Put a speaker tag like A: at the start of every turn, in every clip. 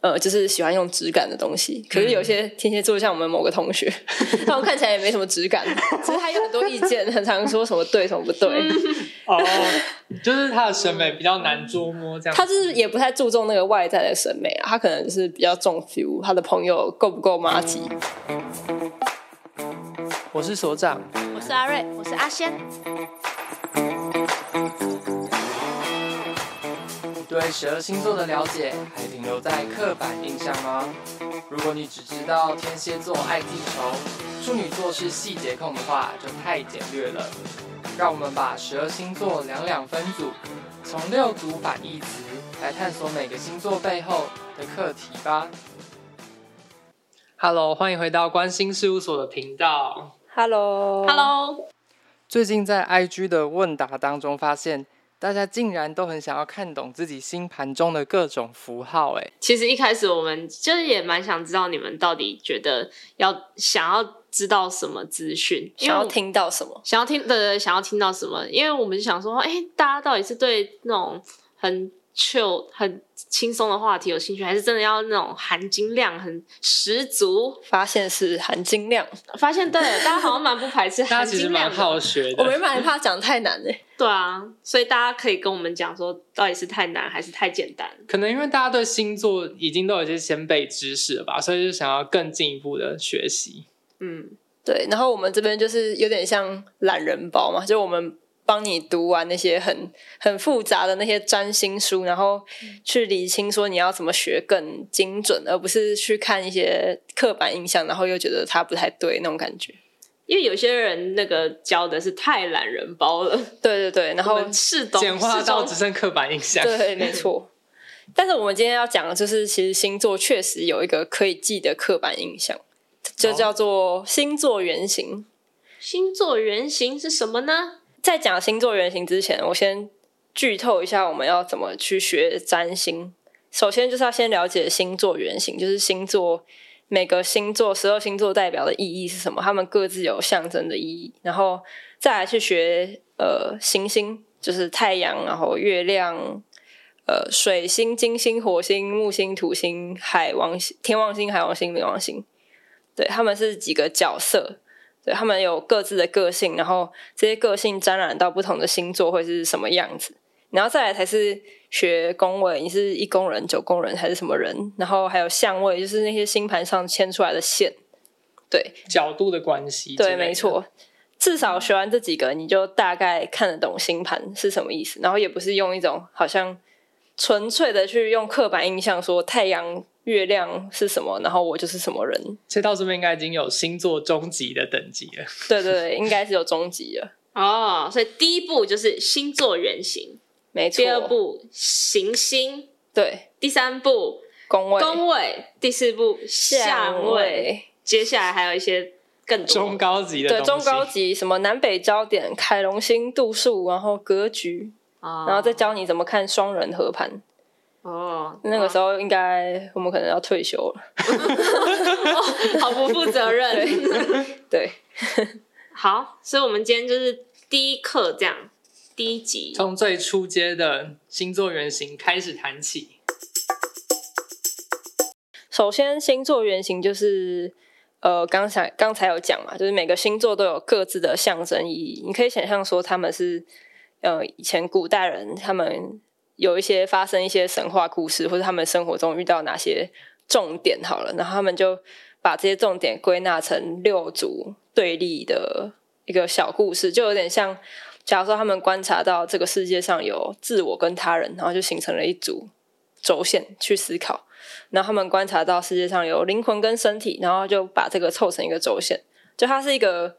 A: 呃，就是喜欢用质感的东西。可是有些天蝎座像我们某个同 学，他们看起来也没什么质感，其实他有很多意见，很常说什么对什么不对。
B: 哦， 就是他的审美比较难捉摸，这样
A: 他就是也不太注重那个外在的审美啊，他可能就是比较重 feel，他的朋友够不够妈吉。
B: 我是所长，
C: 我是阿瑞，我是阿仙。
D: 对十二星座的了解还停留在刻板印象吗？如果你只知道天蝎座爱记仇，处女座是细节控的话，就太简略了。让我们把十二星座两两分组，从六组反义词来探索每个星座背后的课题吧。
B: Hello，欢迎回到关心事务所的频道。
A: Hello，Hello，
C: Hello，
D: 最近在 IG 的问答当中发现，大家竟然都很想要看懂自己星盘中的各种符号，哎，
C: 其实一开始我们就是也蛮想知道你们到底觉得要想要知道什么资讯，因
A: 想
C: 为
A: 要
C: 我
A: 听到什么？
C: 想要听对对对想要听到什么，因为我们就想说，哎、大家到底是对那种很 chill 很轻松的话题有兴趣，还是真的要那种含金量很十足？
A: 发现是含金量，
C: 发现对，大家好像蛮不排 斥
B: 大家
C: 含
B: 其实
C: 金
B: 蛮
C: 量的。
B: 好学
A: 我没
B: 的，
A: 蛮怕讲太难欸呢、
C: 对啊，所以大家可以跟我们讲说，到底是太难还是太简单？
B: 可能因为大家对星座已经都有一些先辈知识了吧，所以就想要更进一步的学习。
C: 嗯，
A: 对，然后我们这边就是有点像懒人包嘛，就我们帮你读完那些很很复杂的那些占星书，然后
C: 嗯
A: 去理清说你要怎么学更精准，而不是去看一些刻板印象，然后又觉得它不太对那种感觉。
C: 因为有些人那个教的是太懒人包了，
A: 对对对，然
C: 我
A: 后
C: 们是懂
B: 简化
C: 是
B: 到
C: 懂
B: 只剩刻板印象。
A: 对，没错。但是我们今天要讲的就是，其实星座确实有一个可以记的刻板印象，就
B: 哦
A: 叫做星座原型。
C: 星座原型是什么呢？
A: 在讲星座原型之前，我先剧透一下我们要怎么去学占星。首先就是要先了解星座原型，就是星座每个星座十二星座代表的意义是什么，他们各自有象征的意义，然后再来去学呃行星，就是太阳，然后月亮。呃，水星、金星、火星、木星、土星、海王星、天王星、海王星、冥王星，对，他们是几个角色，对他们有各自的个性，然后这些个性沾染到不同的星座会是什么样子，然后再来才是学宫位，你是一宫人、九宫人还是什么人，然后还有相位，就是那些星盘上牵出来的线，对，
B: 角度的关系之类
A: 对，
B: 的，
A: 没错。至少学完这几个，你就大概看得懂星盘是什么意思，然后也不是用一种好像纯粹的去用刻板印象说太阳、月亮是什么，然后我就是什么人。
B: 这到这边应该已经有星座终极的等级了。
A: 对对对，应该是有终极了，
C: 哦，所以第一步就是星座原型，
A: 没错。
C: 第二步行星，
A: 对
C: 第三步
A: 宫位、
C: 宫位，第四步相
A: 相
C: 位，，接下来还有一些更多
B: 中高级的
A: 对
B: 东
A: 中
B: 西
A: 高级什么南北焦点、凯龙星、度数，然后格局，
C: 哦
A: 然后再教你怎么看双人合盘。
C: 哦，
A: 那个时
C: 候、
A: 候应该我们可能要退休了，
C: 好不负责任。
A: 对。
C: 好，所以我们今天就是第一课这样，第一集。
B: 从最初阶的星座原型开始谈起。
A: 首先，星座原型就是呃，刚才刚才有讲嘛，就是每个星座都有各自的象征意义。你可以想象说，他们是呃，以前古代人他们有一些发生一些神话故事，或者他们生活中遇到哪些重点好了，然后他们就把这些重点归纳成六组对立的一个小故事，就有点像。假如说他们观察到这个世界上有自我跟他人，然后就形成了一组轴线去思考。然后他们观察到世界上有灵魂跟身体，然后就把这个凑成一个轴线，就它是一个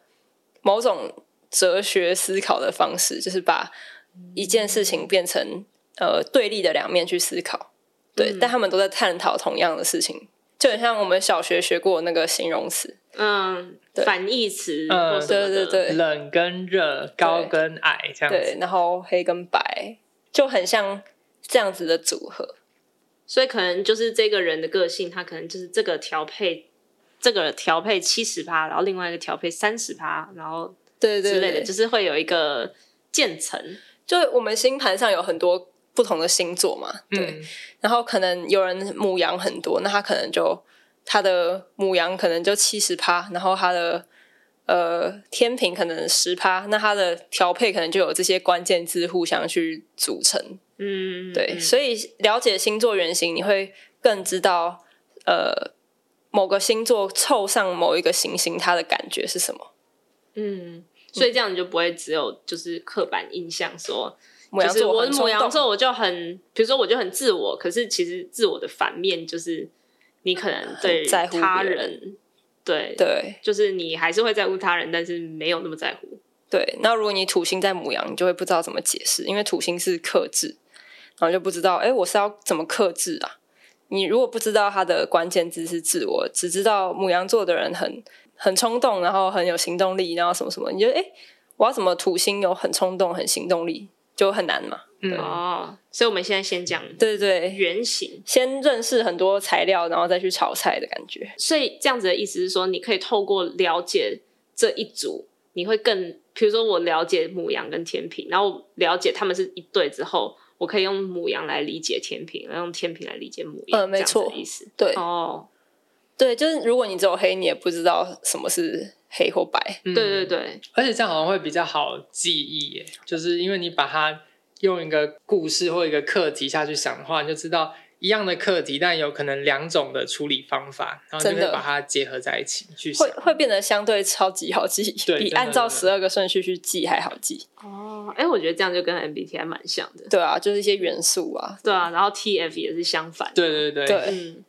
A: 某种哲学思考的方式，就是把一件事情变成呃对立的两面去思考。对，
C: 嗯
A: 但他们都在探讨同样的事情，就很像我们小学学过那个形容词。
C: 嗯，
A: 对呃
C: 反义词
B: 嗯
C: 或什么
A: 对
C: 的、
A: 对对
B: 冷跟热，高跟矮这样
A: 对
B: 子。，
A: 然后黑跟白就很像这样子的组合。
C: 所以可能就是这个人的个性，他可能就是这个调配，这个调配七十趴，然后另外一个调配三十趴，然后
A: 对对
C: 之
A: 对
C: 类的，就是会有一个渐层。
A: 就我们星盘上有很多不同的星座嘛，对。
B: 嗯
A: 然后可能有人母羊很多，那他可能就他的母羊可能就七十趴，然后他的呃天平可能十趴，那他的调配可能就有这些关键字互相去组成。
C: 嗯，
A: 对，
C: 嗯
A: 所以了解星座原型，你会更知道呃某个星座凑上某一个行星，它的感觉是什么。
C: 嗯，所以这样你就不会只有就是刻板印象说，
A: 母羊
C: 就是
A: 座
C: 我
A: 很
C: 是
A: 冲
C: 母羊
A: 动，
C: 座我就很，比如说我就很自我，可是其实自我的反面就是你可能对
A: 在乎
C: 他
A: 别
C: 人，
A: 人
C: 对，
A: 对
C: 就是你还是会在乎他人，但是没有那么在乎。
A: 对。那如果你土星在母羊，你就会不知道怎么解释，因为土星是克制，然后就不知道哎，诶我是要怎么克制啊？你如果不知道它的关键字是自我，只知道母羊座的人很很冲动，然后很有行动力，然后什么什么，你就哎，诶我要怎么土星有很冲动、很行动力，就很难嘛。
B: 嗯，
C: 哦，所以我们现在先讲
A: 对对对，
C: 原型。
A: 先认识很多材料，然后再去炒菜的感觉。
C: 所以这样子的意思是说，你可以透过了解这一组，你会更，比如说我了解母羊跟天平，然后了解他们是一对之后，我可以用母羊来理解天平，然后用天平来理解母羊，
A: 呃没错
C: 这样子的意思。
A: 对、
C: 哦，
A: 对，就是如果你只有黑，你也不知道什么是黑或白。
B: 对
C: 对对对，
B: 而且这样好像会比较好记忆耶，就是因为你把它用一个故事或一个课题下去想的话，你就知道一样的课题，但有可能两种的处理方法，然后你
A: 真
B: 就会
A: 的
B: 把它结合在一起去想
A: 会。会变得相对超级好记，
B: 对
A: 比
B: 真的
A: 按照
B: 真
A: 十二个顺序去记还好记。
C: 哦，哎、我觉得这样就跟 MBTI 蛮像的。
A: 对啊，就是一些元素啊。
C: 对啊，然后 TF 也是相反。，
B: 对对对
A: 对
C: 嗯，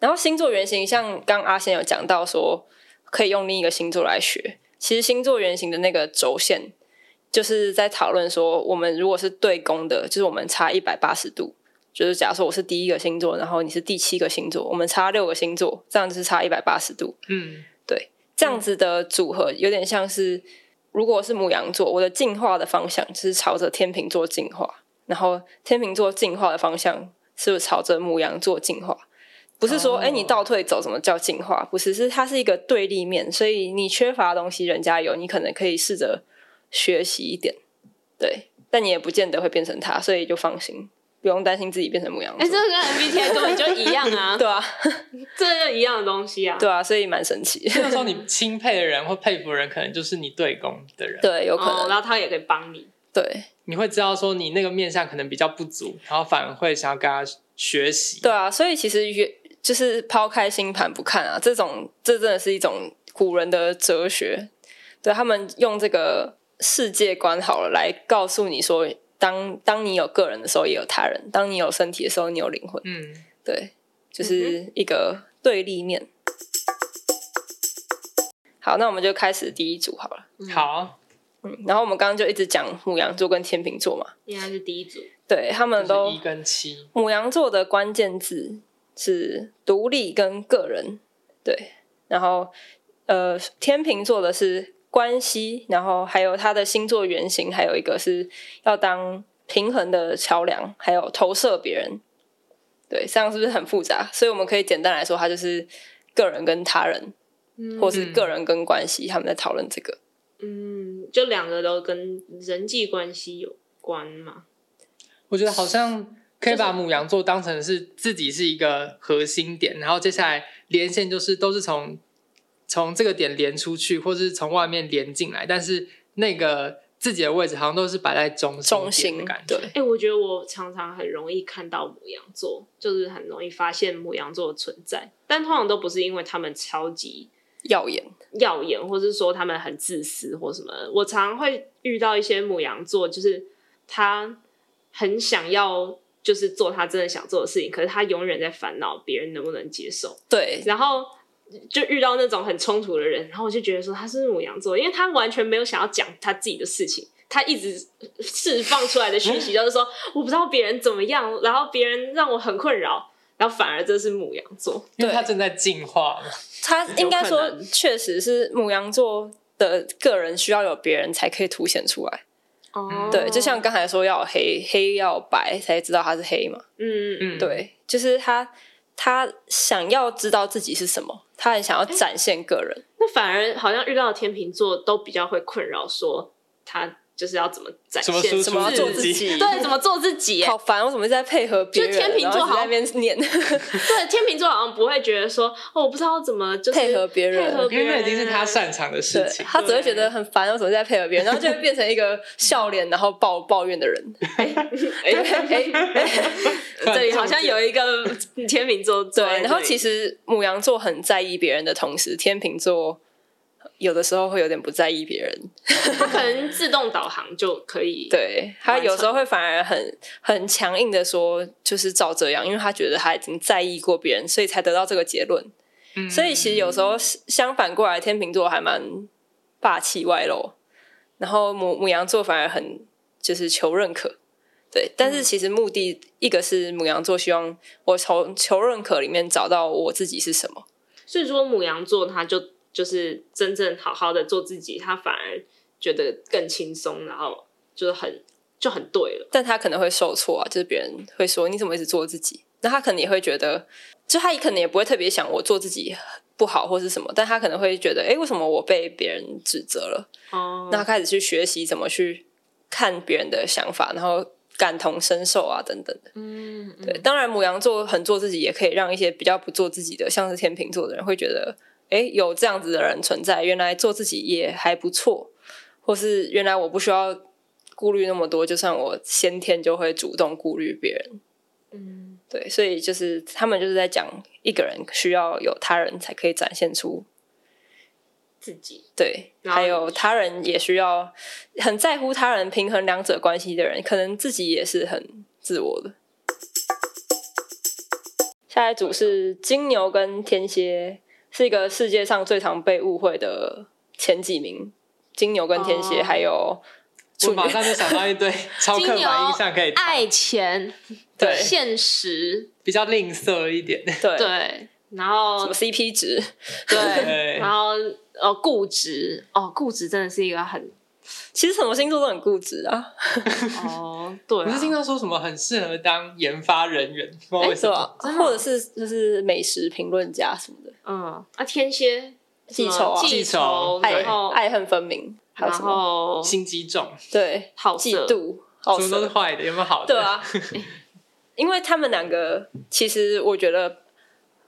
A: 然后星座原型，像刚阿仙有讲到说，可以用另一个星座来学。其实星座原型的那个轴线，就是在讨论说，我们如果是对宫的，就是我们差一百八十度。就是假设我是第一个星座，然后你是第七个星座，我们差六个星座，这样就是差一百八十度。
B: 嗯
A: 这样子的组合有点像是，如果是母羊座，我的进化的方向就是朝着天秤座进化，然后天秤座进化的方向是朝着母羊座进化。不是说，
B: 哦
A: 哎、你倒退走，什么叫进化？不是，是它是一个对立面，所以你缺乏的东西，人家有，你可能可以试着学习一点，对，但你也不见得会变成它，所以就放心，不用担心自己变成母羊
C: 哎、
A: 座。
C: 这个跟 MBTI 根本就一样 啊，
A: 对啊，
C: 这就一样的东西啊。
A: 对啊，所以蛮神奇，
B: 那时候你钦佩的人或佩服的人，可能就是你对攻的人，
A: 对，有可
C: 哦，
A: 能，嗯
C: 然后他也可以帮你。
A: 对。
B: 你会知道说你那个面相可能比较不足，然后反而会想要跟他学习。
A: 对啊，所以其实原就是抛开星盘不看啊，这种这真的是一种古人的哲学，对他们用这个世界观好了来告诉你说，当当你有个人的时候，也有他人；当你有身体的时候，你有灵魂。
B: 嗯，
A: 对，就是一个对立面。好，那我们就开始第一组好了。
C: 嗯
B: 好，
A: 嗯，然后我们刚刚就一直讲母羊座跟天秤座嘛，
C: 应该是第一组。
A: 对他们
B: 就
A: 都
B: 是一跟七，
A: 母羊座的关键字是独立跟个人，对。然后，呃，天秤座的是关系，然后还有它的星座原型，还有一个是要当平衡的桥梁，还有投射别人。对，这样是不是很复杂？所以我们可以简单来说，它就是个人跟他人，
C: 嗯
A: 或是个人跟关系，他们在讨论这个。
C: 嗯，就两个都跟人际关系有关嘛。
B: 我觉得好像可以把母羊座当成是自己是一个核心点，然后接下来连线就是都是从从这个点连出去，或是从外面连进来，但是那个自己的位置好像都是摆在中心
A: 中
B: 点的
A: 心
B: 感觉。
A: 对
C: 哎、我觉得我常常很容易看到母羊座，就是很容易发现母羊座的存在，但通常都不是因为他们超级
A: 耀眼，
C: 耀眼，或是说他们很自私或什么。我常常会遇到一些母羊座，就是他很想要。就是做他真的想做的事情，可是他永远在烦恼别人能不能接受。
A: 对，
C: 然后就遇到那种很冲突的人，然后我就觉得说他是不是母羊座，因为他完全没有想要讲他自己的事情，他一直释放出来的讯
A: 嗯
C: 息就是说我不知道别人怎么样，然后别人让我很困扰，然后反而这是母羊座，
B: 因为
A: 对
B: 它正在进化嘛。
A: 他应该
C: 有可
A: 说
C: 能
A: 确实是母羊座的个人需要有别人才可以凸显出来。
C: 哦
A: 对，就像刚才说要有黑黑要有白才知道它是黑嘛。
C: 嗯嗯
B: 嗯，，
A: 对，就是他他想要知道自己是什么，他很想要
C: 哎
A: 展现个人。
C: 那反而好像遇到的天秤座都比较会困扰说他就是要怎么展
B: 什么
C: 现
B: 输
A: 怎么
B: 出
A: 要做
B: 自
A: 自己
C: 对，怎么做自己、欸
A: 好烦，我怎么一直在配合别人？
C: 就天秤座
A: 然后一直
C: 好
A: 在那边 念，
C: 对，天秤座好像不会觉得说，哦，我不知道怎么就是
A: 配合别人
C: 配合
B: 因
C: 别
B: 为
C: 人
B: 那已经是他擅长的
A: 对
B: 事情。
A: 他只会觉得很烦，我怎么一直在配合别人？然后就会变成一个笑脸然后抱抱怨的人。
C: 哎哎哎，这里好像有一个 天秤座
A: 对
C: 座在这，里，
A: 然后其实母羊座很在意别人的同时，天秤座有的时候会有点不在意别人。
C: 他可能自动导航就可以，，
A: 对他
C: 完
A: 有时候
C: 成
A: 会反而很很强硬的说，就是照这样，因为他觉得他已经在意过别人，所以才得到这个结论。
B: 嗯
A: 所以其实有时候是相反过来，天秤座还蛮霸气外露，然后母母羊座反而很就是求认可。对，但是其实目的一个是母羊座希望我从求认可里面找到我自己是什么，
C: 所以说母羊座他就就是真正好好的做自己，他反而觉得更轻松，然后就是很就很对了，
A: 但他可能会受挫啊，就是别人会说你怎么一直做自己，那他可能也会觉得，就他可能也不会特别想我做自己不好或是什么，但他可能会觉得，哎，为什么我被别人指责了？
C: 哦
A: 那开始去学习怎么去看别人的想法，然后感同身受啊，等等的。
C: 嗯，
A: 对，当然母羊座很做自己，也可以让一些比较不做自己的，像是天秤座的人，会觉得，诶，有这样子的人存在，原来做自己也还不错，或是原来我不需要顾虑那么多，就算我先天就会主动顾虑别人。
C: 嗯，
A: 对，所以就是他们就是在讲一个人需要有他人才可以展现出
C: 自己
A: 对，
C: 然后
A: 还有他人也需要很在乎他人，平衡两者关系的人，可能自己也是很自我的。下一组是金牛跟天蝎，是一个世界上最常被误会的前几名。金牛跟天蝎
C: 哦
A: 还有
B: 我
A: 处女，
B: 马上就想到一堆超刻板印象可
A: 啊
B: 以
C: 爱钱
A: 对
C: 现实
B: 比较吝啬一点，
A: 啊对啊
C: 对，然
A: 什
C: 后
A: 么 CP 值，
C: 对，
B: 对
C: 然后呃固执哦，固执真的是一个很
A: 其实什么星座都很固执啊，
C: 哦，对、
B: 我是
C: 啊，
B: 经常说什么很适合当研发人员，不知道为
A: 是
B: 什么。
A: 吧？啊
C: 啊
A: 或者是就是美食评论家什么的，
C: 嗯啊，天蝎
A: 记仇啊
C: 什么记仇，哦
B: 对
A: 爱
C: 然后
A: 爱恨分明，还有
C: 然
A: 什么
C: 后
B: 心机重，
A: 对
C: 好
A: 嫉
C: 色，
A: 妒、好
B: 什么
A: 色
B: 都是坏的，有没有好的？
A: 对，啊，因为他们两个其实我觉得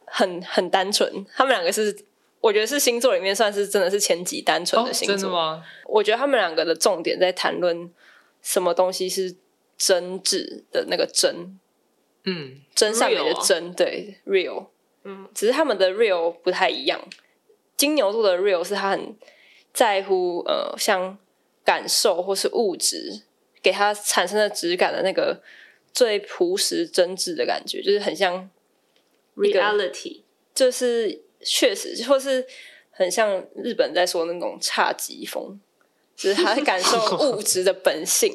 A: 很很单纯，他们两个是我觉得是星座里面算是真的是前几单纯
B: 哦，
A: 星座。
B: 真的吗？
A: 我觉得他们两个的重点在谈论什么东西是真挚的那个真，
B: 嗯，
A: 真善美的
C: Real 啊
A: 真，对，real。
C: 嗯，
A: 只是他们的 real 不太一样。金牛座的 real 是他很在乎呃，像感受或是物质给他产生的质感的那个最朴实真挚的感觉，就是很像，个
C: reality
A: 就是确实或是很像日本在说的那种侘寂风，就是他感受 物质的本性。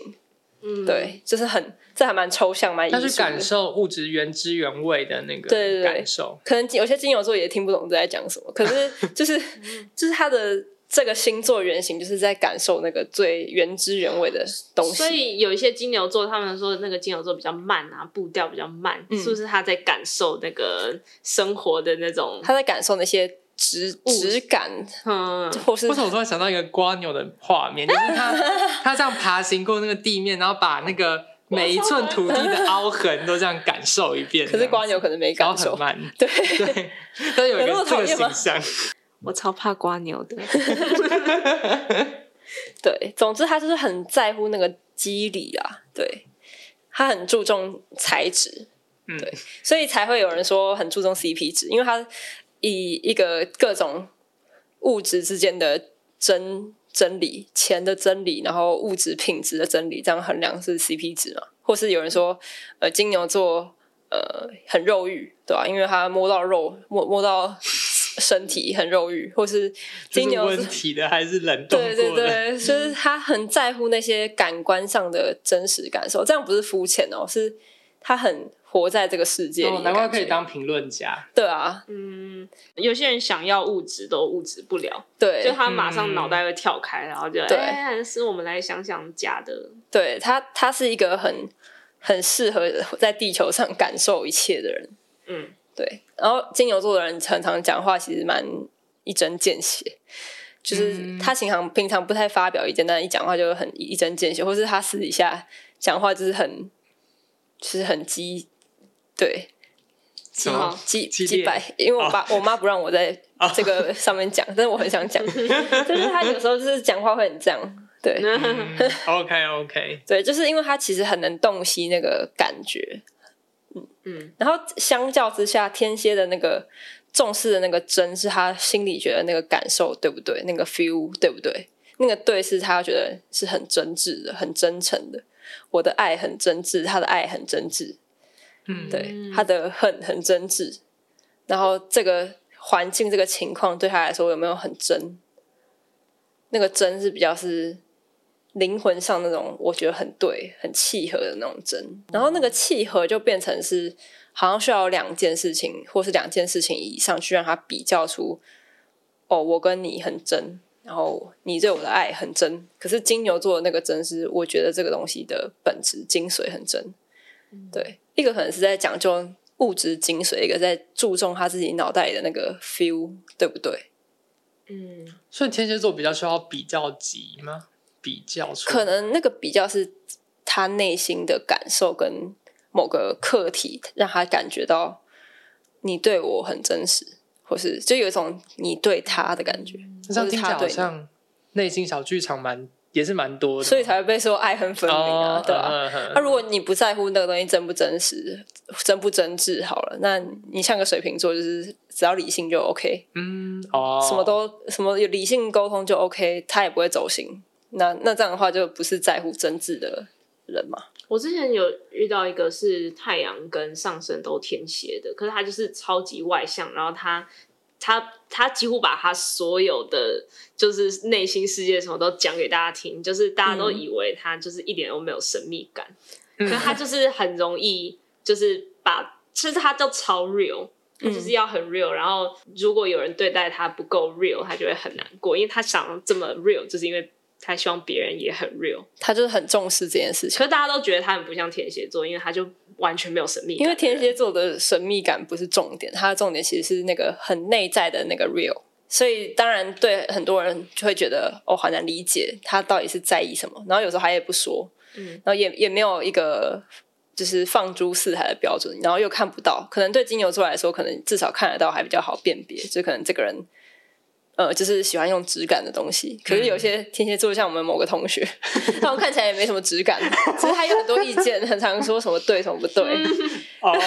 C: 嗯，
A: 对，就是很这还蛮抽象，蛮艺
B: 要
A: 术
B: 去
A: 的。
B: 感受物质原汁原味的那个
A: 对对对
B: 感受，
A: 可能有些金牛座也听不懂在讲什么，可 是就是
B: 嗯
A: 就是他的这个星座原型，就是在感受那个最原汁原味的东西。
C: 所以有一些金牛座，他们说那个金牛座比较慢啊，步调比较慢，
A: 嗯
C: 是不是他在感受那个生活的那种？
A: 他在感受那些质质感，
C: 嗯，
A: 或是
B: 为什么我突然想到一个瓜牛的画面？就是 他他这样爬行过那个地面，然后把那个每一寸土地的 凹痕都这样感受一遍。
A: 可是瓜牛可能没
B: 然后
A: 感
B: 很
A: 受。
B: 慢，
A: 对，
B: 对，但有
A: 有
B: 一
A: 那么
B: 个这
A: 讨
B: 个
A: 厌吗
B: 形 象，
C: 我超怕瓜牛的，
A: 对，总之他就是很在乎那个肌理啊，对，他很注重材质，
B: 嗯
A: 对，所以才会有人说很注重 CP 值，因为他以一个各种物质之间的真真理、钱的真理，然后物质品质的真理，这样衡量是 CP 值嘛？或是有人说，呃，金牛座呃很肉欲，对吧、因为他摸到肉，摸摸到身体很肉欲，或是
B: 就
A: 金
B: 是
A: 牛
B: 温
A: 座
B: 体的还是冷冻
A: 对
B: 过的？
A: 对对，就是他很在乎那些感官上的真实感受，这样不是肤浅哦，是他很活在这个世界里、
B: 哦，难怪可以。当评论家。
A: 对啊，
C: 嗯，有些人想要物质都物质不了，就
A: 对
C: 他马上脑袋会跳开，然后就
A: 对
C: 哎，还是我们来想想假的，
A: 对，他他是一个很很适合在地球上感受一切的人。
C: 嗯，
A: 对，然后金牛座的人常常讲话其实蛮一针见血，就是
B: 嗯
A: 他平常平常不太发表意见，但一讲话就很一针见血，或是他私底下讲话就是很，就是很激，对，
B: 什
C: 好
B: 么？
A: 几
B: 激
A: 几
B: 烈
A: 百，因为我爸、我妈不让我在这个上面讲，但是我很想讲，就是他有时候就是讲话会很这样，对
B: 嗯 OK OK，
A: 对，就是因为他其实很能洞悉那个感觉，
C: 嗯，
A: 然后相较之下，天蝎的那个重视的那个真是他心里觉得那个感受对不对，那个 feel 对不对，那个对是他觉得是很真挚的，很真诚的，我的爱很真挚，他的爱很真挚，
B: 嗯，
A: 对，
C: 嗯
A: 他的恨很真挚，然后这个环境这个情况对他来说有没有很真？那个真是比较是灵魂上那种，我觉得很对、很契合的那种真。然后那个契合就变成是，好像需要有两件事情，或是两件事情以上，去让他比较出，哦，我跟你很真，然后你对我的爱很真。可是金牛座的那个真是，我觉得这个东西的本质精髓很真。对，一个可能是在讲究物质精髓，一个在注重他自己脑袋里的那个 feel，对不对？
C: 嗯，
B: 所以天蝎座比较需要比较级吗？比较出
A: 可能那个比较是他内心的感受跟某个课题，让他感觉到你对我很真实，或是就有一种你对他的感觉，
B: 这样
A: 或是
B: 听起来
A: 他
B: 好
A: 对你，
B: 像内心小剧场蛮也是蛮多的，
A: 所以才会被说爱恨分明啊，
B: 哦
A: 对吧、
B: 嗯嗯嗯
A: 那、如果你不在乎那个东西真不真实、真不真挚，好了，那你像个水瓶座，就是只要理性就 OK，
B: 嗯哦，
A: 什么都什么有理性沟通就 OK，他也不会走心。那那这样的话，就不是在乎真挚的人嘛？
C: 我之前有遇到一个是太阳跟上升都天蝎的，可是他就是超级外向，然后他他他几乎把他所有的就是内心世界什么都讲给大家听，就是大家都以为他就是一点都没有神秘感，
B: 嗯
C: 可是他就是很容易就是把，其实他叫超 real。他就是要很 real，、然后如果有人对待他不够 real，他就会很难过，因为他想要这么 real，就是因为他希望别人也很 real。
A: 他就是很重视这件事情
C: 可，是大家都觉得他很不像天蝎座，因为他就完全没有神秘感。
A: 因为天蝎座的神秘感不是重点，他的重点其实是那个很内在的那个 real。所以当然对很多人就会觉得哦，好难理解他到底是在意什么，然后有时候他也不说，
C: 嗯，
A: 然后也也没有一个就是放诸四海的标准，然后又看不到，可能对金牛座来说，可能至少看得到还比较好辨别，就可能这个人。呃，就是喜欢用质感的东西，可是有些天蝎座像我们某个同学，他们看起来也没什么质感，只是他有很多意见，很常说什么对什么不对，
B: 哦，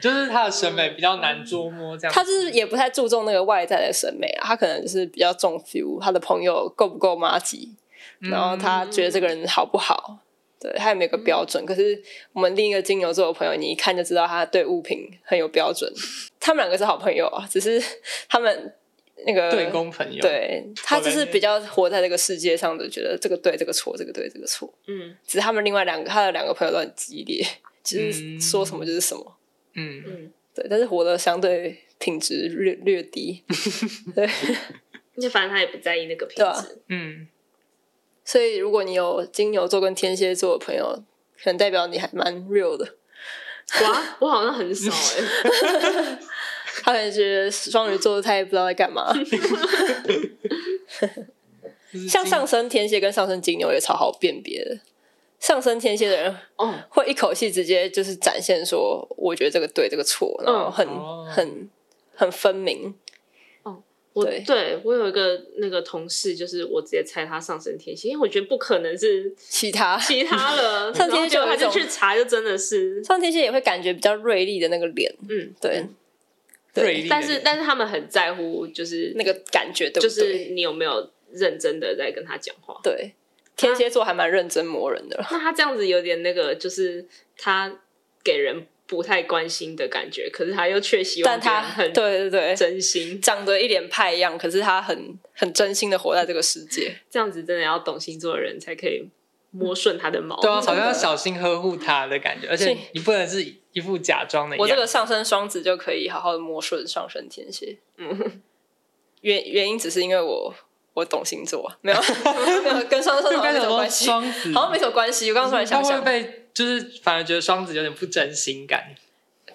B: 就是他的审美比较难捉摸，这样
A: 他就是也不太注重那个外在的审美啊，他可能就是比较重 feel，他的朋友够不够妈吉，
B: 嗯
A: 然后他觉得这个人好不好，对他也没有个标
B: 嗯
A: 准。可是我们另一个金牛座的朋友，你一看就知道他对物品很有标准。他们两个是好朋友啊，只是他们那个
B: 对公朋友，，
A: 对他就是比较活在这个世界上的，觉得这个对，这个错，这个对，这个错。
C: 嗯
A: 只是他们另外两个他的两个朋友都很激烈，就是
B: 嗯
A: 说什么就是什么。
B: 嗯，
C: 嗯，
A: 对，但是活得相对品质略略低，对
C: 就反正他也不在意那个品
A: 对啊
C: 质。
B: 嗯，
A: 所以如果你有金牛座跟天蝎座的朋友，可能代表你还蛮 real 的。啊
C: 哇，我好像很 少哎、
A: 他可能觉得双鱼座他也不知道在干 嘛，
B: 就是
A: 像
B: 金
A: 上升天蝎跟上升金牛也超好辨别的。上升天蝎的人
C: 哦，
A: 会一口气直接就是展现说，我觉得这个对，这个错，然后很、
B: 哦
A: 很很分明。
C: 我
A: 对
C: 对我有一个那个同事，就是我直接猜他上升天蝎，因为我觉得不可能是
A: 其他
C: 其他 了。
A: 上
C: 然
A: 天
C: 后
A: 蝎
C: 结
A: 有
C: 果
A: 一
C: 他
A: 种
C: 就去查，就真的是
A: 上升天蝎也会感觉比较锐利的那个脸，
C: 嗯，
A: 对，对
B: 锐利的脸，
C: 但是但是他们很在乎，就是
A: 那个感觉对不对？
C: 就是你有没有认真的在跟他讲话。
A: 对，天蝎座还蛮认真磨人的。
C: 那他这样子有点那个，就是他给人不太关心的感觉，可是他又却希望
A: 但他
C: 别人很
A: 对对 对，
C: 真心，
A: 长得一脸派样，可是他很很真心的活在这个世界。
C: 这样子真的要懂星座的人才可以摸顺他的毛。
B: 对啊，好像要小心呵护他的感觉，而且
A: 是
B: 你不能是一副假装的样
A: 我
B: 子。
A: 这个上升双子就可以好好的磨顺上升天蝎。
C: 嗯，
A: 原原因只是因为我我懂星座啊，没有没有跟上升
B: 就
A: 好像没
B: 刚才
A: 什么
B: 说
A: 关系，
B: 双子，
A: 好像没什么关系。我刚刚突然想
B: 他会
A: 想
B: 不，会被就是反而觉得双子有点不真心感，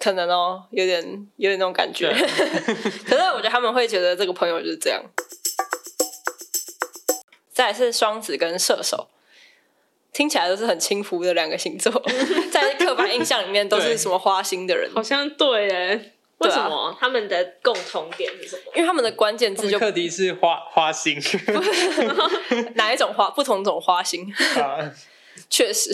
A: 可能哦，有点 有点那种感觉。
B: 对
A: 可是我觉得他们会觉得这个朋友就是这样。再来是双子跟射手，听起来都是很轻浮的两个 星座，在刻板印象里面都是什么花心的人，
C: 好像对哎，为
A: 对啊
C: 什么他们的共同点是什么？
A: 因为他们的关键
B: 他
A: 字
B: 们
A: 就
B: 课题是花花心
A: 哪一种花，不同种花心，
B: 啊，
A: 确 实，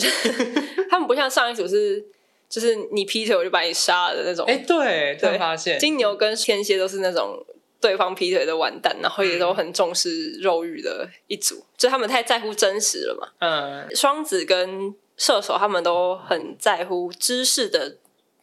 A: 他们不像上一组是就是你劈腿我就把你杀了的那种，
B: 哎，对，突然
A: 对
B: 发现，
A: 金牛跟天蝎都是那种对方劈腿的完蛋，然后也都很重视肉欲的一组，就他们太在乎真实了嘛。
B: 嗯，
A: 双子跟射手他们都很在乎知识的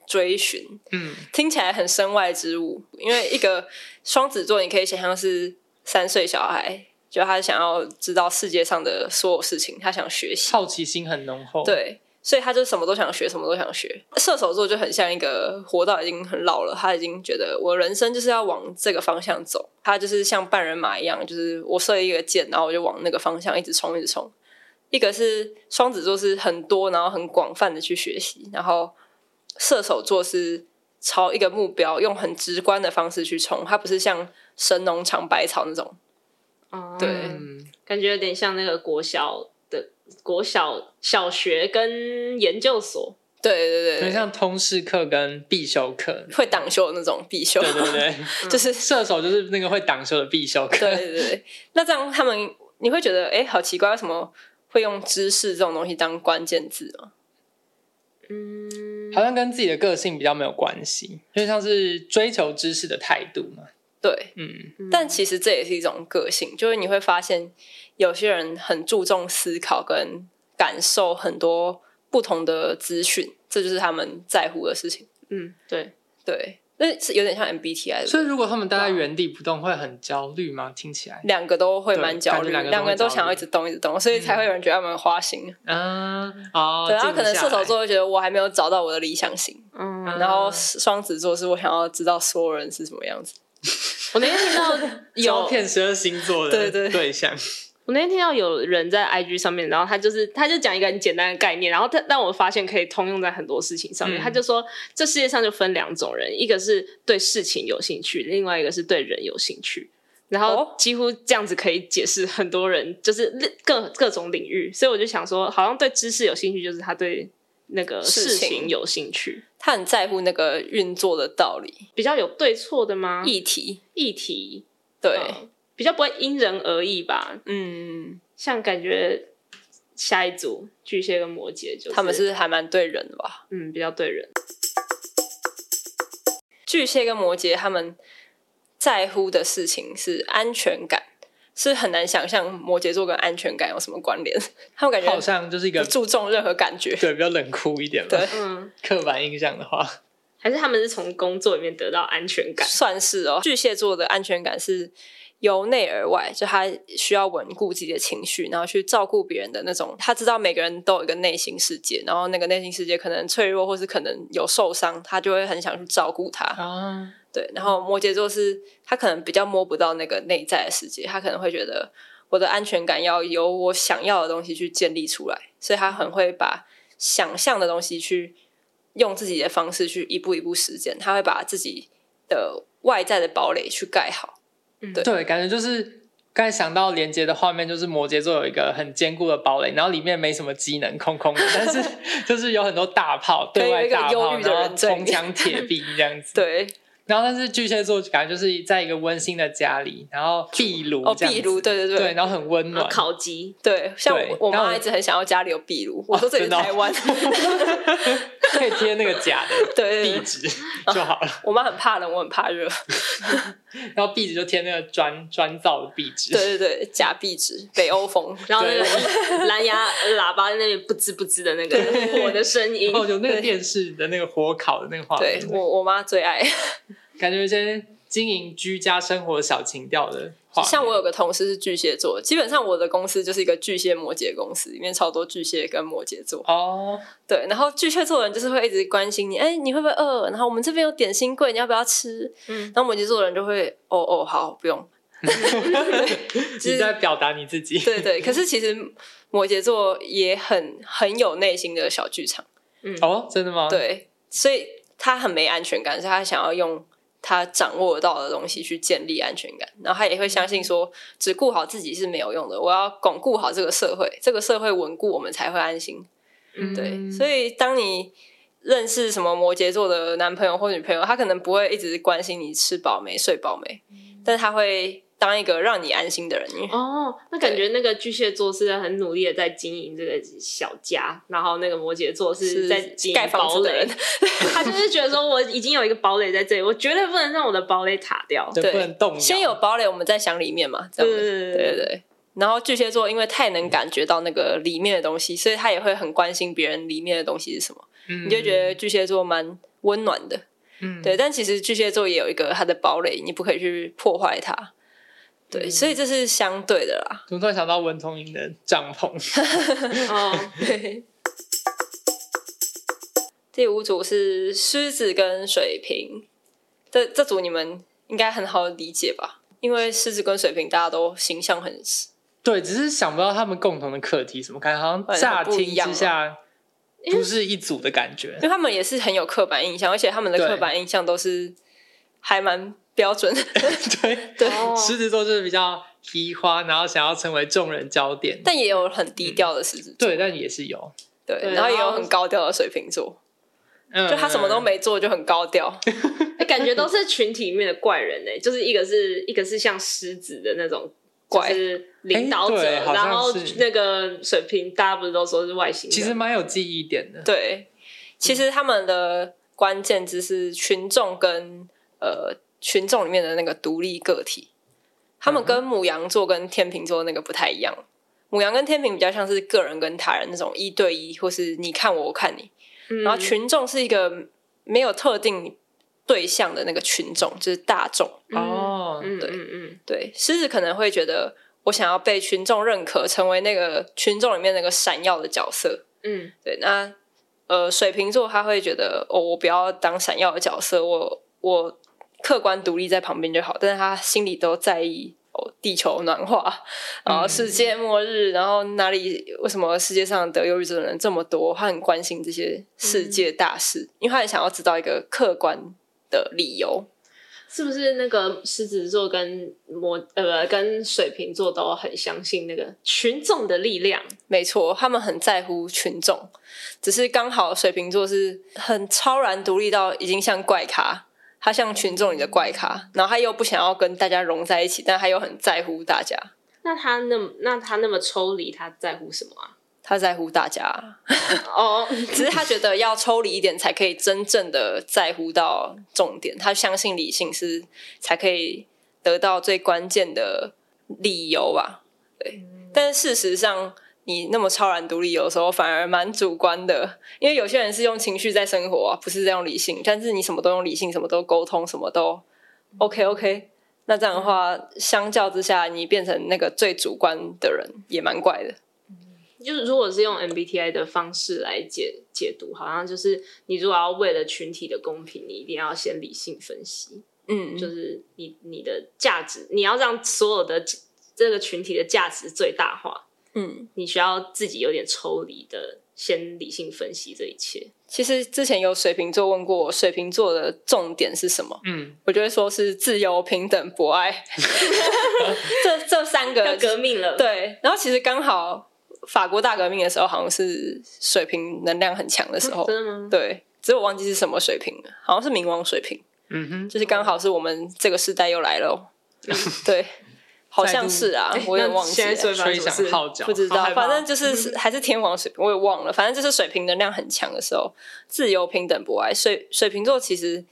A: 追寻，
B: 嗯，
A: 听起来很身外之物。因为一个双子座，你可以想象是三岁小孩，就他想要知道世界上的所有事情，他想学习，
B: 好奇心很浓厚，，
A: 对。所以他就什么都想学，什么都想学。射手座就很像一个活到已经很老了，他已经觉得我人生就是要往这个方向走。他就是像半人马一样，就是我射一个箭，然后我就往那个方向一直冲，一直冲。一个是双子座是很多，然后很广泛的去学习，然后射手座是朝一个目标用很直观的方式去冲，它不是像神农尝百草那种。
C: 哦
A: 对
B: 嗯，
C: 感觉有点像那个国小的国小小学跟研究所，
A: 对对
B: 有
A: 对
B: 点
A: 对，
B: 像通识课跟必修课，
A: 会挡修的那种必修，
B: 对对对，
A: 就是
B: 射手就是那个会挡修的必修课，
A: 对对对，那这样他们你会觉得，哎、好奇怪，为什么会用知识这种东西当关键字吗？
C: 嗯，
B: 好像跟自己的个性比较没有关系，就像是追求知识的态度嘛。
A: 对，
B: 嗯，
A: 但其实这也是一种个性，就是你会发现有些人很注重思考跟感受很多不同的资讯，这就是他们在乎的事情。
C: 嗯，对，
A: 对，那是有点像 MBTI 的。
B: 呃所以如果他们待在原地不动，会很焦虑吗？听起来，
A: 两个都会蛮焦虑，
B: 对感觉
A: 两
B: 两
A: 个
B: 个
A: 人
B: 都会
A: 都想要一直动一直动，所以才会有人觉得他们花心。
B: 嗯，哦，
A: 对，然后
B: 静不
A: 可能
B: 下
A: 射手
B: 来，啊
A: 座会觉得我还没有找到我的理想型，
C: 嗯，
A: 然后双子座是我想要知道所有人是什么样子。
C: 我那天听到
B: 胶
C: 有，
B: 片十二星座
A: 对
B: 的
A: 对
B: 对象，
C: 我那天听到有人在 IG 上面，然后他就是他就讲一个很简单的概念，然后他但我发现可以通用在很多事情上
B: 嗯
C: 面。他就说，这世界上就分两种人，一个是对事情有兴趣，另外一个是对人有兴趣。然
A: 哦
C: 后几乎这样子可以解释很多人，就是各各种领域。所以我就想说，好像对知识有兴趣，就是他对那个
A: 事
C: 事
A: 情
C: 情有兴趣。
A: 他很在乎那个运作的道理、
C: 比较有对错的吗？议
A: 议题。
C: 议题
A: 对，
C: 嗯比较不会因人而异吧？
A: 嗯，
C: 像感觉下一组巨蟹跟摩羯就是
A: 他们是还蛮对人的吧？
C: 嗯比较对人，
A: 巨蟹跟摩羯他们在乎的事情是安全感，是很难想象摩羯座跟安全感有什么关联。 他们感
B: 好
A: 觉
B: 像就是一个
A: 不注重任何感觉。
B: 对比较冷酷一点吧。
A: 对
C: 嗯，
B: 刻板印象的话，
C: 还是他们是从工作里面得到安全感，
A: 算是哦。巨蟹座的安全感是由内而外，就他需要稳固自己的情绪，然后去照顾别人的那种。他知道每个人都有一个内心世界，然后那个内心世界可能脆弱，或是可能有受伤，他就会很想去照顾他。
B: 啊，
A: 对，然后摩羯座是他可能比较摸不到那个内在的世界，他可能会觉得我的安全感要由我想要的东西去建立出来，所以他很会把想象的东西去用自己的方式去一步一步实践，他会把自己的外在的堡垒去盖好。
C: 嗯
B: 对，感觉就是刚才想到连接的画面，就是摩羯座有一个很坚固的堡垒，然后里面没什么机能，空空的，但 是就是有很多大炮，
A: 对有
B: 对外
A: 一个
B: 大
A: 忧
B: 炮，
A: 郁的
B: 然
A: 人
B: 后
A: 在里
B: 铜
A: 面
B: 墙 铁壁这样子。
A: 对，
B: 然后但是巨蟹座感觉就是在一个温馨的家里，然后壁炉
A: 哦，
B: 这样子
A: 壁炉，对对对
B: 对然后很温
C: 然
B: 暖
C: 后。烤鸡，
A: 对像
B: 对
A: 我
B: 然后
A: 妈一直很想要家里有壁炉，我说这里是
B: 真的哦
A: 台 湾，
B: 可以贴那个假的
A: 对 对
B: 壁
A: 对，
B: 纸就好了，
A: 我妈很怕冷，我很怕热，
B: 然后壁纸就贴那个砖砖造的壁纸，
A: 对对对，假壁纸，北欧风，
C: 然后那个 蓝牙喇叭在那边不吱不吱的那个我的声 音，
B: 哦，有那个电视的那个火烤的那个画面
A: 对，我我妈最爱。
B: 感觉有些经营居家生活小情调的画面
A: 像我有个同事是巨蟹座，基本上我的公司就是一个巨蟹摩羯公司，里面超多巨蟹跟摩羯座。
B: 哦，
A: 对，然后巨蟹座的人就是会一直关心你，哎，你会不会饿？然后我们这边有点心柜，你要不要吃？
C: 嗯
A: 然后摩羯座的人就会，哦哦，好，不用。
B: 你在表达你自己，
A: 对对，可是其实摩羯座也很很有内心的小剧场，
B: 哦，真的吗？，
A: 对，所以他很没安全感，所以他想要用他掌握到的东西去建立安全感，然后他也会相信说，只顾好自己是没有用的，我要巩固好这个社会，这个社会稳固，我们才会安心。
C: 嗯
A: 对，所
B: 以
A: 以当你认识什么摩羯座的男朋友或女朋友，他可能不会一直关心你吃饱没、睡饱没，但是他会当一个让你安心的人。因为
C: 哦，那感觉那个巨蟹座是很努力的在经营这个小家，然后那个摩羯座
A: 是
C: 在经
A: 盖
C: 营
A: 房
C: 堡
A: 子的
C: 垒
A: 人，，
C: 他就是觉得说我已经有一个堡垒在这里，我绝对不能让我的堡垒卡掉。
B: 就
A: 对
B: 不能动摇。
A: 先有堡垒，我们再想里面嘛，这样子。
C: 对
A: 对对对。然后巨蟹座因为太能感觉到那个里面的东西，所以他也会很关心别人里面的东西是什么。
B: 嗯，
A: 你就觉得巨蟹座蛮温暖的，
B: 嗯
A: 对。但其实巨蟹座也有一个它的堡垒，你不可以去破坏它。对，
C: 嗯
A: 所以这是相对的啦。
B: 怎么突然想到文童莹的帐篷？
C: 哦，
A: 对。第五组是狮子跟水瓶，这这组你们应该很好理解吧？因为狮子跟水瓶大家都形象很
B: 对，只是想不到他们共同的课题什么，感觉好像乍听之下
A: 啊
B: 不是一组的感 觉
A: 因。为他们也是很有刻板印象，而且他们的
B: 对
A: 刻板印象都是还蛮标准的。
B: 对，
A: 对，
C: 哦
B: 狮子座就是比较提花，然后想要成为众人焦点。
A: 但也有很低调的狮子座，
B: 对，但也是有，
A: 对，
C: 对
A: 然后也
C: 然
A: 有
C: 后
A: 很高调的水瓶座，
B: 嗯
A: 就他什么都。没做就很高 调。
C: 哎感觉都是群体里面的怪人呢、欸就是一个是一个是像狮子的那种
A: 怪
C: 就是领导者，
B: 哎对好像
C: 然后
B: 是
C: 那个水平，大家不是都说是外星人？
B: 其实蛮有记忆点的，
A: 对，其实他们的关键字是群众跟呃群众里面的那个独立个体，他
B: 嗯
A: 们跟母羊座跟天秤座那个不太一样。母羊跟天平比较像是个人跟他人那种一对一，或是你看我，我看你，
C: 嗯，
A: 然后群众是一个没有特定对象的那个群众，就是大众。
C: 嗯
B: 哦，
C: 嗯
A: 对
C: 嗯嗯，
A: 对，狮子可能会觉得我想要被群众认可，成为那个群众里面那个闪耀的角色。
C: 嗯，
A: 对，那呃，水瓶座他会觉得哦，我不要当闪耀的角色，我我客观独立在旁边就好，但是他心里都在意。哦，地球暖化，然后世界末日，然后哪里为什么世界上得忧郁症的人这么多？他很关心这些世界大事，因为他很想要知道一个客观的理由。
C: 是不是那个狮子座跟摩呃跟水瓶座都很相信那个群众的力量？
A: 没错，他们很在乎群众，只是刚好水瓶座是很超然独立到已经像怪咖，他像群众里的怪咖，然后他又不想要跟大家融在一起，但他又很在乎大家，
C: 那他那么那他那么抽离，他在乎什么啊？
A: 他在乎大家，
C: 哦，
A: 只是他觉得要抽离一点才可以真正的在乎到重点，他相信理性是才可以得到最关键的理由吧，对，但事实上。你那么超然独立，有时候反而蛮主观的，因为有些人是用情绪在生活啊，不是在用理性。但是你什么都用理性，什么都沟通，什么都 OK OK。那这样的话，相较之下，你变成那个最主观的人，也蛮怪的。
C: 就是如果是用 MBTI 的方式来解解读，好像就是你如果要为了群体的公平，你一定要先理性分析，
A: 嗯，
C: 就是你你的价值，你要让所有的这个群体的价值最大化，
A: 嗯，
C: 你需要自己有点抽离的，先理性分析这一切。
A: 其实之前有水瓶座问过我，水瓶座的重点是什么？
B: 嗯，
A: 我就会说是自由、平等、博爱， 这这三个
C: 要革命了，，
A: 对，然后其实刚好法国大革命的时候，好像是水平能量很强的时候，
C: 嗯真的吗？
A: 对，只是我忘记是什么水平了，好像是冥王水平，
B: 嗯哼，
A: 就是刚好是我们这个时代又来了哦，
C: 嗯
A: 对，好像是啊，我有点忘记
C: 哎现在
A: 了。
C: 水
B: 吹响号角，
A: 不知
B: 好
A: 道
B: 害，怕
A: 反正就是还是天王水平，我也忘了。反正就是水平能量很强的时候，自由、平等、博爱。水水瓶座其实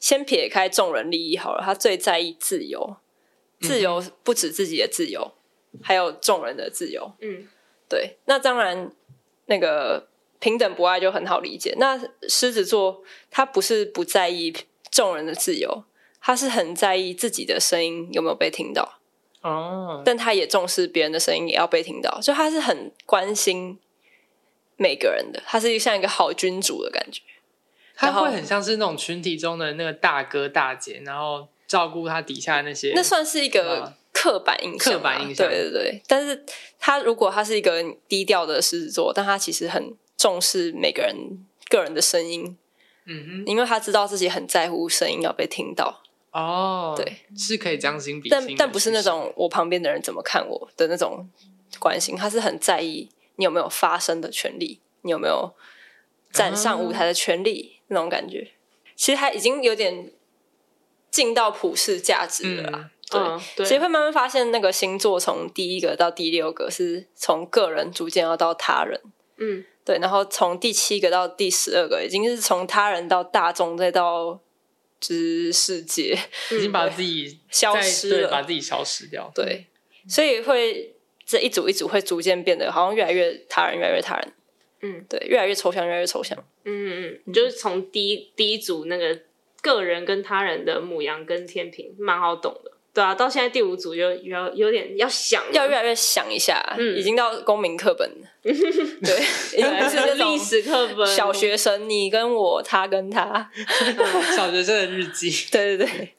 A: 先撇开众人利益好了，他最在意自由，自由不止自己的自由，还有众人的自由。
C: 嗯，
A: 对，那当然那个平等博爱就很好理解。那狮子座他不是不在意众人的自由，他是很在意自己的声音有没有被听到。
B: 哦，
A: 但他也重视别人的声音也要被听到，就他是很关心每个人的，他是像一个好君主的感觉。
B: 他
A: 然后
B: 会很像是那种群体中的那个大哥大姐，然后照顾他底下那些。
A: 那算是一个
B: 嗯
A: 刻板印象吧，
B: 刻板印象
A: 对对对。但是他如果他是一个低调的狮子座，但他其实很重视每个人个人的声音，
B: 嗯哼，
A: 因为他知道自己很在乎声音要被听到。
B: 哦，
A: 对，
B: 是可以将心比心
A: 但
B: 的，
A: 但不是那
B: 其实
A: 种我旁边的人怎么看我的那种关心，他是很在意你有没有发声的权利，你有没有站上舞台的权利、那种感觉。其实他已经有点进到普世价值了啦。对
C: 嗯，
A: 所以
C: 对，
A: 会慢慢发现，那个星座从第一个到第六个是从个人逐渐要到他人，
C: 嗯，
A: 对，然后从第七个到第十二个，已经是从他人到大众再到之世界
B: 已经把
A: 对
B: 自己
A: 消
B: 在
A: 失
B: 对，
A: 了
B: 把。自己消失掉。
A: 对，所以会这一组一组会逐渐变得好像越来越他人，越来越他人。
C: 嗯，
A: 对，越来越抽象，越来越抽象。
C: 嗯嗯嗯，就是从第一第一组那个个人跟他人的母羊跟天平，蛮好懂的。对啊，到现在第五组就有有点要想了，
A: 要越来越想一下，
C: 嗯
A: 已经到公民课 本了。对，已经是
C: 是
A: 那种
C: 历史课本、
A: 小学生，你跟我，他跟他。
B: 小学生的日记，
A: 对对对。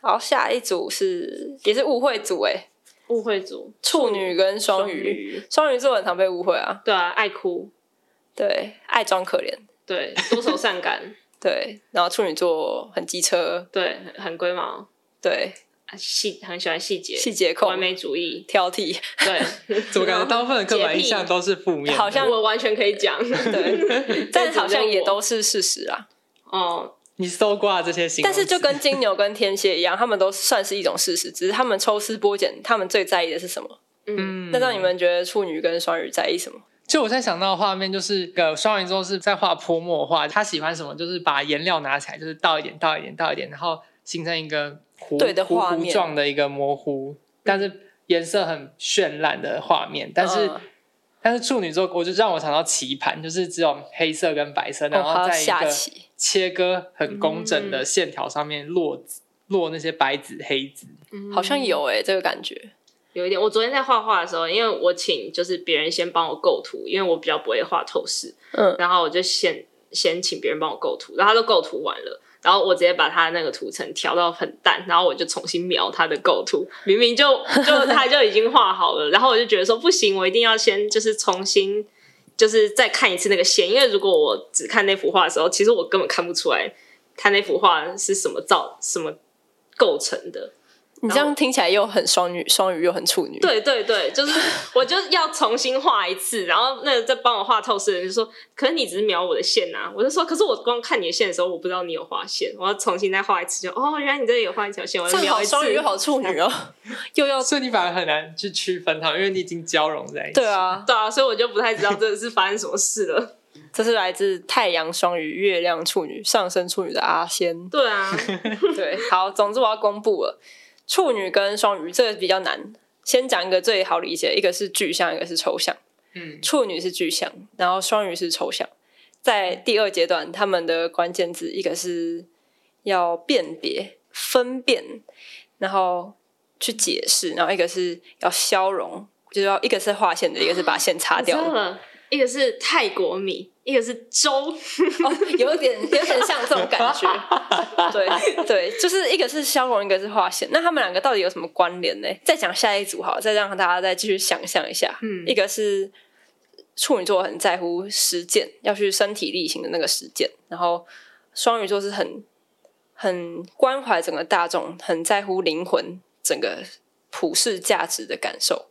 A: 好，下一组是也是误会组哎，
C: 误会组
A: 处女跟双
C: 双
A: 鱼，
C: 鱼，
A: 双鱼座很常被误会啊，
C: 对啊，爱哭，
A: 对，爱装可怜，
C: 对，多愁善感，
A: 对，然后处女座很机车，
C: 对，很很龟毛，
A: 对，
C: 啊细很喜欢细节，
A: 细节控
C: 完，美主义，
A: 挑剔，
C: 对，
B: 怎么感觉大部分的刻板印
C: 洁
B: 象
C: 癖
B: 都是负面的？
A: 好像
C: 我完全可以讲
A: 对，但
C: 只
A: 好像
C: 认
A: 也
C: 我
A: 都是事实啊。
C: 哦，
B: 你搜刮这些形容
A: 但
B: 词，
A: 是就跟金牛跟天蝎一样，他们都算是一种事实，只是他们抽丝剥茧，他们最在意的是什么？
C: 嗯
B: 嗯
A: 那让你们觉得处女跟双鱼在意什么？
B: 就我现在想到的画面，就是个双鱼座是在画泼墨画，他喜欢什么就是把颜料拿起来，就是倒一点、倒一点、倒一点，然后形成一个糊
A: 对的
B: 糊
A: 画
B: 糊
A: 面
B: 状的一个模糊，但是颜色很绚烂的画面。但是、
A: 嗯
B: 但是处女座，我就让我想到棋盘，就是只有黑色跟白色，然
A: 哦，
B: 后
A: 还
B: 在
A: 有
B: 一
A: 下
B: 个
A: 棋，
B: 切割很工整的线条上面落子落那些白纸黑字。
A: 好像有哎、这个感觉。
C: 有一点，我昨天在画画的时候，因为我请就是别人先帮我构图，因为我比较不会画透视，
A: 嗯，
C: 然后我就先先请别人帮我构图，然后他都构图完了，然后我直接把他那个图层调到很淡，然后我就重新描他的构图，明明就就他就已经画好了，然后我就觉得说不行，我一定要先就是重新就是再看一次那个线，因为如果我只看那幅画的时候，其实我根本看不出来他那幅画是什么造什么构成的，
A: 你这样听起来又很双女，双鱼又很处女。，
C: 对对对，就是我就要重新画一次，然后那个在帮我画透视的人就说：“可是你只是描我的线啊。”我就说：“可是我光看你的线的时候，我不知道你有画线，我要重新再画一次。就”哦，原来你这里有画一条线，我就
A: 正
C: 描
A: 好
C: 一次。
A: 双鱼又好处女哦，又要
B: 所以你反而很难去区分它们，因为你已经交融在一起。
A: 对，啊，
C: 对啊，所以我就不太知道这是发生什么事了。
A: 这是来自太阳双鱼、月亮处女、上升处女的阿仙。
C: 对啊，
A: 对，好，总之我要公布了，处女跟双鱼这个比较难。先讲一个最好理解，一个是具象，一个是抽象。
B: 嗯，
A: 处女是具象，然后双鱼是抽象。在第二阶段，他们的关键字一个是要辨别、分辨，然后去解释，然后一个是要消融，就是要一个是划线的，一个是把线擦
C: 我知
A: 掉
C: 道
A: 的。
C: 了，一个是泰国米，一个是粥。
A: 哦，有点有点像这种感 觉。对对，就是一个是消融，一个是划线。那他们两个到底有什么关联呢？再讲下一组好了，再让大家再继续想象一下。
C: 嗯
A: 一个是处女座很在乎实践，要去身体力行的那个实践，然后双鱼座是很很关怀整个大众，很在乎灵魂整个普世价值的感受，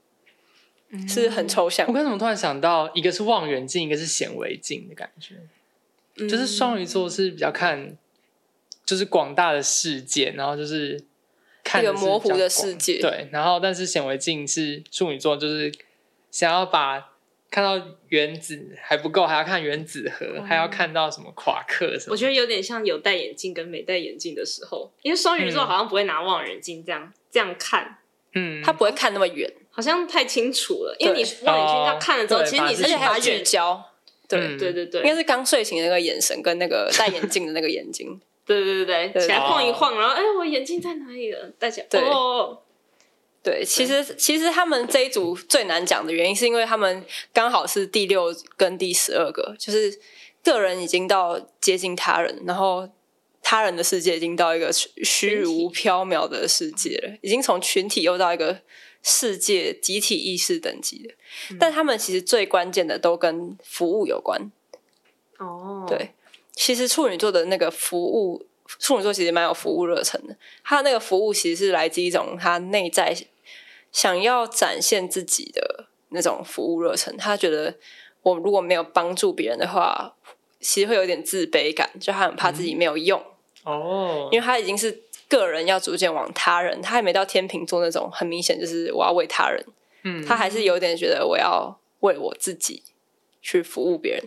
A: 是很抽象
B: 我。刚才怎么突然想到，一个是望远镜，一个是显微镜的感觉，
C: 嗯
A: 嗯
B: 就是双鱼座是比较看，就是广大的世界，然后就是看
A: 一个
B: 的是
A: 模糊
B: 比较
A: 的
B: 广
A: 世界
B: 对，然后但是显微镜是处女座，就是想要把看到原子还不够，还要看原子核，还
A: 哦
B: 要看到什么夸克什么。
C: 我觉得有点像有戴眼镜跟没戴眼镜的时候，因为双鱼座
B: 嗯
C: 好像不会拿望远镜这样这样看，
B: 嗯，
A: 他不会看那么远，
C: 好像太清楚了，因为你望远镜这样看了之后，
B: 哦
C: 其实你
B: 对
A: 而
C: 是
A: 且还
C: 把
A: 有聚
C: 远
A: 焦。对
B: 嗯
C: 对对对，
A: 应该是刚睡醒的那个眼神跟那个戴眼镜的那个眼睛。
C: 对对对对，
A: 对
C: 起来晃一晃，然后哎，我眼镜在哪里了？戴起来，
A: 对
C: 哦哦，
A: 对，其实其实他们这一组最难讲的原因，是因为他们刚好是第六跟第十二个，就是个人已经到接近他人，然后他人的世界已经到一个虚虚无缥缈的世界了，已经从群体又到一个世界集体意识等级了。但他们其实最关键的都跟服务有关，
C: 哦哦，
A: 对，其实处女座的那个服务处女座其实蛮有服务热忱的，他那个服务其实是来自一种他内在想要展现自己的那种服务热忱。他觉得我如果没有帮助别人的话，其实会有点自卑感，就他很怕自己没有用，
B: 哦，
A: 因为他已经是个人要逐渐往他人，他还没到天秤座那种很明显就是我要为他人，
B: 嗯
A: 他还是有点觉得我要为我自己去服务别人。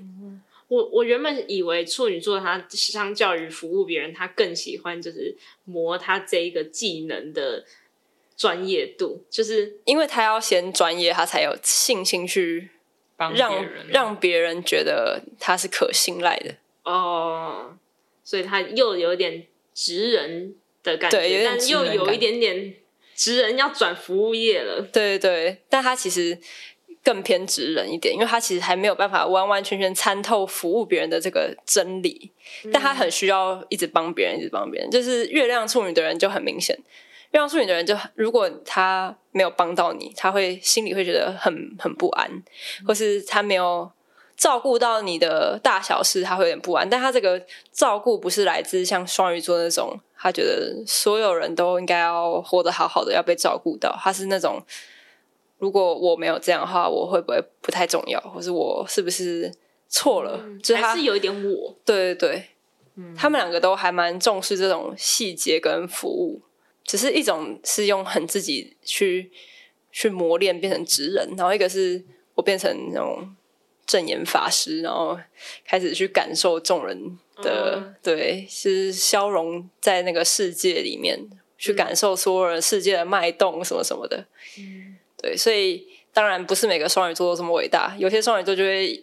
C: 我我原本以为处女座他相较于服务别人，他更喜欢就是磨他这一个技能的专业度，就是
A: 因为他要先专业，他才有信心去
B: 帮别
A: 让
B: 人
A: 让别人觉得他是可信赖的，
C: 哦，所以他又有点职人的感觉，
A: 对有点
C: 但
A: 职人
C: 又
A: 感
C: 有一点点职人要转服务业了。
A: 对对对。但他其实更偏直人一点，因为他其实还没有办法完完全全参透服务别人的这个真理，
C: 嗯
A: 但他很需要一直帮别人，一直帮别人。就是月亮处女的人就很明显，月亮处女的人就如果他没有帮到你，他会心里会觉得很很不安，
C: 嗯
A: 或是他没有。照顾到你的大小事，他会有点不安。但他这个照顾不是来自像双鱼座那种，他觉得所有人都应该要活得好好的，要被照顾到。他是那种，如果我没有这样的话，我会不会不太重要，或是我是不是错了？就是他
C: 嗯还是有一点我，
A: 对对对，他们两个都还蛮重视这种细节跟服务，只是一种是用很自己去去磨练变成职人，然后一个是我变成那种正言法师，然后开始去感受众人的、
C: 嗯
A: 对，是消融在那个世界里面，去感受所有人世界的脉动什么什么的。对，所以当然不是每个双鱼座都这么伟大，有些双鱼座就会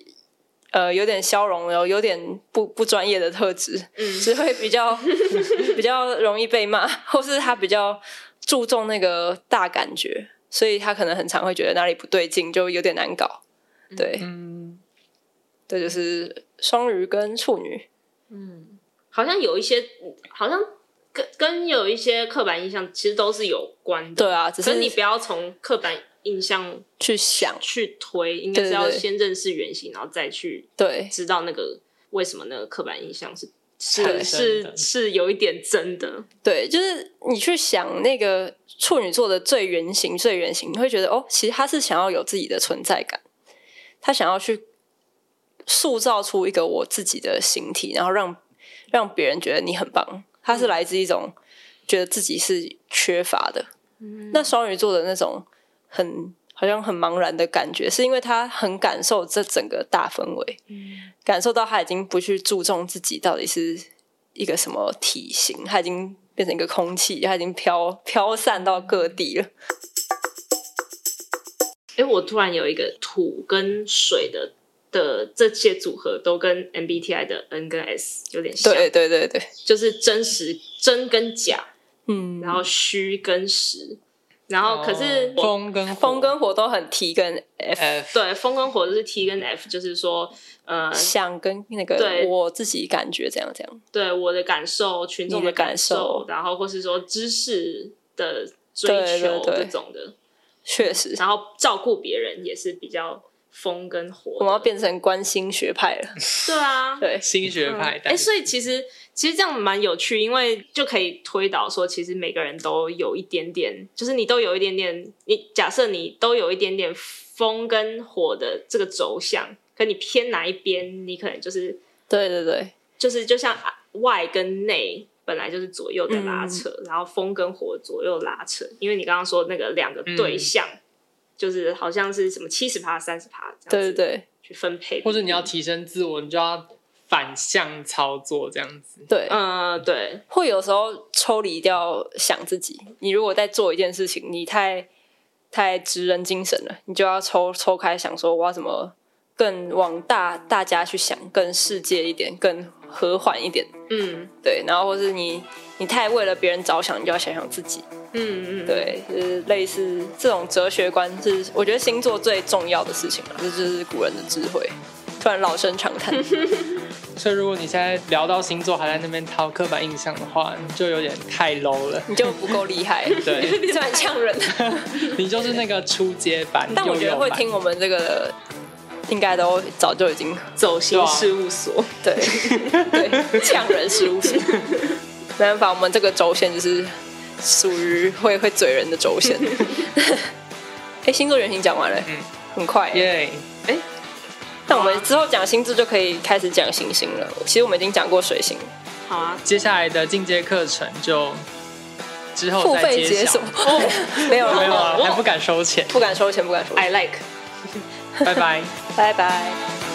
A: 呃有点消融，然后有点不不专业的特质，只会比较比较容易被骂， 或是他比较注重那个大感觉，所以他可能很常会觉得哪里不对劲，就有点难搞。对，
B: 嗯
A: 这就是双鱼跟处女。
C: 好像有一些，嗯好像跟跟有一些刻板印象其实都是有关的。
A: 对啊，只
C: 可
A: 是
C: 是你不要从刻板印象
A: 去想，
C: 去推，应该是要
A: 对对对
C: 先认识原型，然后再去
A: 对
C: 知道那个为什么那个刻板印象是
B: 产
C: 是
B: 生的
C: 是是有一点真的。
A: 对，就是你去想那个处女座的最原型、最原型，你会觉得哦，其实他是想要有自己的存在感，他想要去塑造出一个我自己的形体，然后让让别人觉得你很棒。他是来自一种觉得自己是缺乏的。那双鱼座的那种很好像很茫然的感觉，是因为他很感受这整个大氛围，感受到他已经不去注重自己到底是一个什么体型，它已经变成一个空气，它已经飘飘散到各地了。
C: 哎、我突然有一个土跟水的的这些组合都跟 MBTI 的 N 跟 S 有点像，
A: 对对对对，
C: 就是真实真跟假，
A: 嗯，
C: 然后虚跟实，然后可是我、
B: 风跟火
A: 哦风跟火都很 T 跟 F，
B: F
C: 对风跟火就是 T 跟 F，就是说呃，
A: 想跟那个
C: 对
A: 我自己感觉这样这样。
C: 对我的感受、群众
A: 你的
C: 感
A: 感受
C: 然后或是说知识的
A: 对
C: 追
A: 对
C: 求
A: 对
C: 这种的，
A: 确实，
C: 然后照顾别人也是比较风跟火的。
A: 我们要变成关心学派了。
C: 对啊，
A: 对，
B: 新学派，
C: 哎、所以其实其实这样蛮有趣，因为就可以推导说，其实每个人都有一点点，就是你都有一点点，你假设你都有一点点风跟火的这个轴向，可你偏哪一边，你可能就是
A: 对对对，
C: 就是就像外跟内本来就是左右的拉扯，然后风跟火左右拉扯，因为你刚刚说那个两个对象。就是好像是什么七十趴、三十趴这样
A: 对对
C: 子
A: 对
C: 去分配比例，
B: 或者你要提升自我，你就要反向操作这样子。
A: 对，
C: 嗯、对，
A: 会有时候抽离掉想自己。你如果在做一件事情，你太太职人精神了，你就要抽抽开，想说我要怎么更往大大家去想，更世界一点，更和缓一点。
C: 嗯
A: 对，然后或是你你太为了别人着想，你就要想想自己。
C: 嗯嗯，
A: 对，就是类似这种哲学观是我觉得星座最重要的事情了，这就是古人的智慧。突然老生常谈，
B: 所以如果你现在聊到星座还在那边掏刻板印象的话，你就有点太 low 了。
A: 你就不够厉害，
B: 对
A: 你这很呛人。
B: 你就是那个初阶版，
A: 但我觉得
B: 幼幼
A: 会
B: 版
A: 听我们这个的，应该都早就已经
C: 走心
B: 对啊
C: 事务所。
A: 对对呛人事务所。没办法，我们这个轴线就是属于会会嘴人的轴 线。哎，星座原型讲完了，
B: 嗯啊
A: 很快耶。
B: 耶、
A: 那我们之后讲星座就可以开始讲行星了。其实我们已经讲过水星，
C: 好啊，
B: 接下来的进阶课程就之后
A: 付
B: 再
A: 费
B: 揭
A: 解
B: 晓
A: 锁。。没有
B: 没
A: 没
B: 有啊，还
A: 有，
B: 不敢收钱。
A: 不敢收钱，不敢收钱。
C: I like。
B: 拜拜。
A: 拜拜。